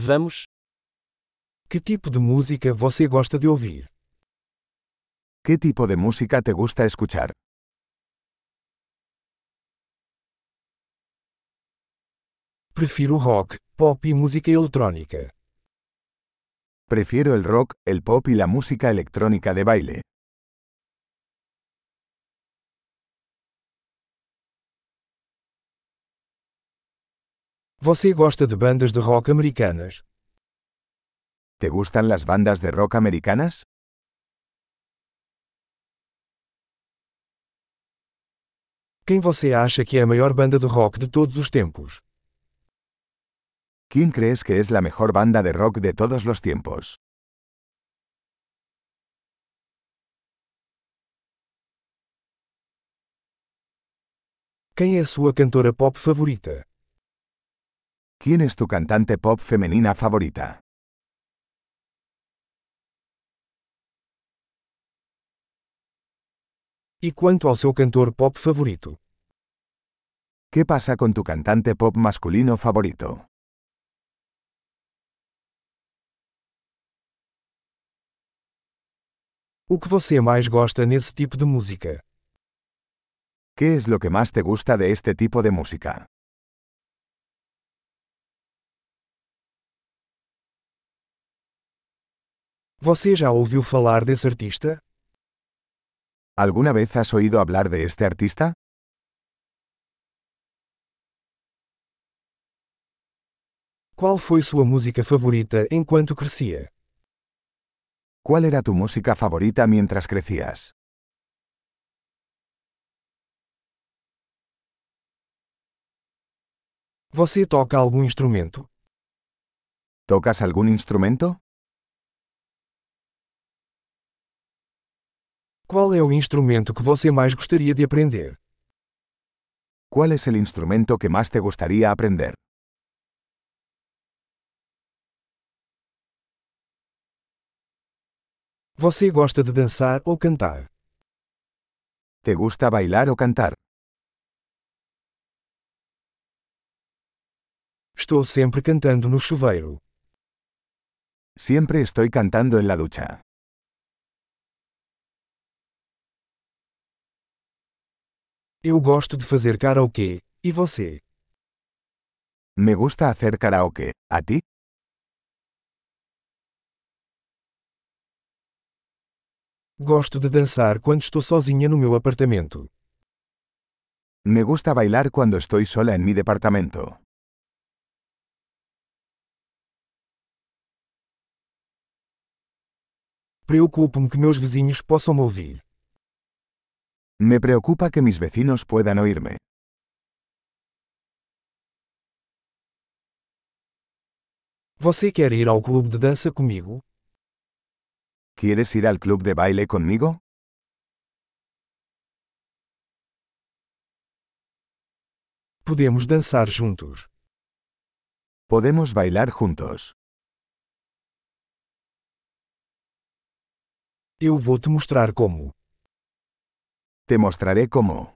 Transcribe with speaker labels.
Speaker 1: Vamos. Que tipo de música você gosta de ouvir?
Speaker 2: ¿Qué tipo de música te gusta escuchar?
Speaker 1: Prefiro rock, pop e música eletrônica.
Speaker 2: Prefiero el rock, el pop y la música electrónica de baile.
Speaker 1: Você gosta de bandas de rock americanas?
Speaker 2: ¿Te gustan las bandas de rock americanas?
Speaker 1: Quem você acha que é a maior banda de rock de todos os tempos?
Speaker 2: ¿Quién crees que es la mejor banda de rock de todos los tiempos?
Speaker 1: Quem é a sua cantora pop favorita?
Speaker 2: ¿Quién es tu cantante pop femenina favorita?
Speaker 1: E quanto ao seu cantor pop favorito?
Speaker 2: ¿Qué pasa con tu cantante pop masculino favorito?
Speaker 1: O que você mais gosta nesse tipo de música?
Speaker 2: ¿Qué es lo que más te gusta de este tipo de música?
Speaker 1: Você já ouviu falar desse artista?
Speaker 2: ¿Alguna vez has oído hablar de este artista?
Speaker 1: Qual foi sua música favorita enquanto crescia?
Speaker 2: ¿Cuál era tu música favorita mientras crecías?
Speaker 1: Você toca algum instrumento?
Speaker 2: ¿Tocas algún instrumento?
Speaker 1: Qual é o instrumento que você mais gostaria de aprender?
Speaker 2: ¿Cuál es el instrumento que más te gustaría aprender?
Speaker 1: Você gosta de dançar ou cantar?
Speaker 2: ¿Te gusta bailar o cantar?
Speaker 1: Estou sempre cantando no chuveiro.
Speaker 2: Siempre estoy cantando en la ducha.
Speaker 1: Eu gosto de fazer karaokê. E você?
Speaker 2: Me gusta hacer karaoke. ¿A ti?
Speaker 1: Gosto de dançar quando estou sozinha no meu apartamento.
Speaker 2: Me gusta bailar cuando estoy sola en mi departamento.
Speaker 1: Preocupo-me que meus vizinhos possam me ouvir.
Speaker 2: Me preocupa que mis vecinos puedan oírme.
Speaker 1: Você quer ir ao clube de dança comigo?
Speaker 2: ¿Quieres ir al club de baile conmigo?
Speaker 1: Podemos dançar juntos.
Speaker 2: Podemos bailar juntos.
Speaker 1: Eu vou te mostrar como.
Speaker 2: Te mostraré cómo.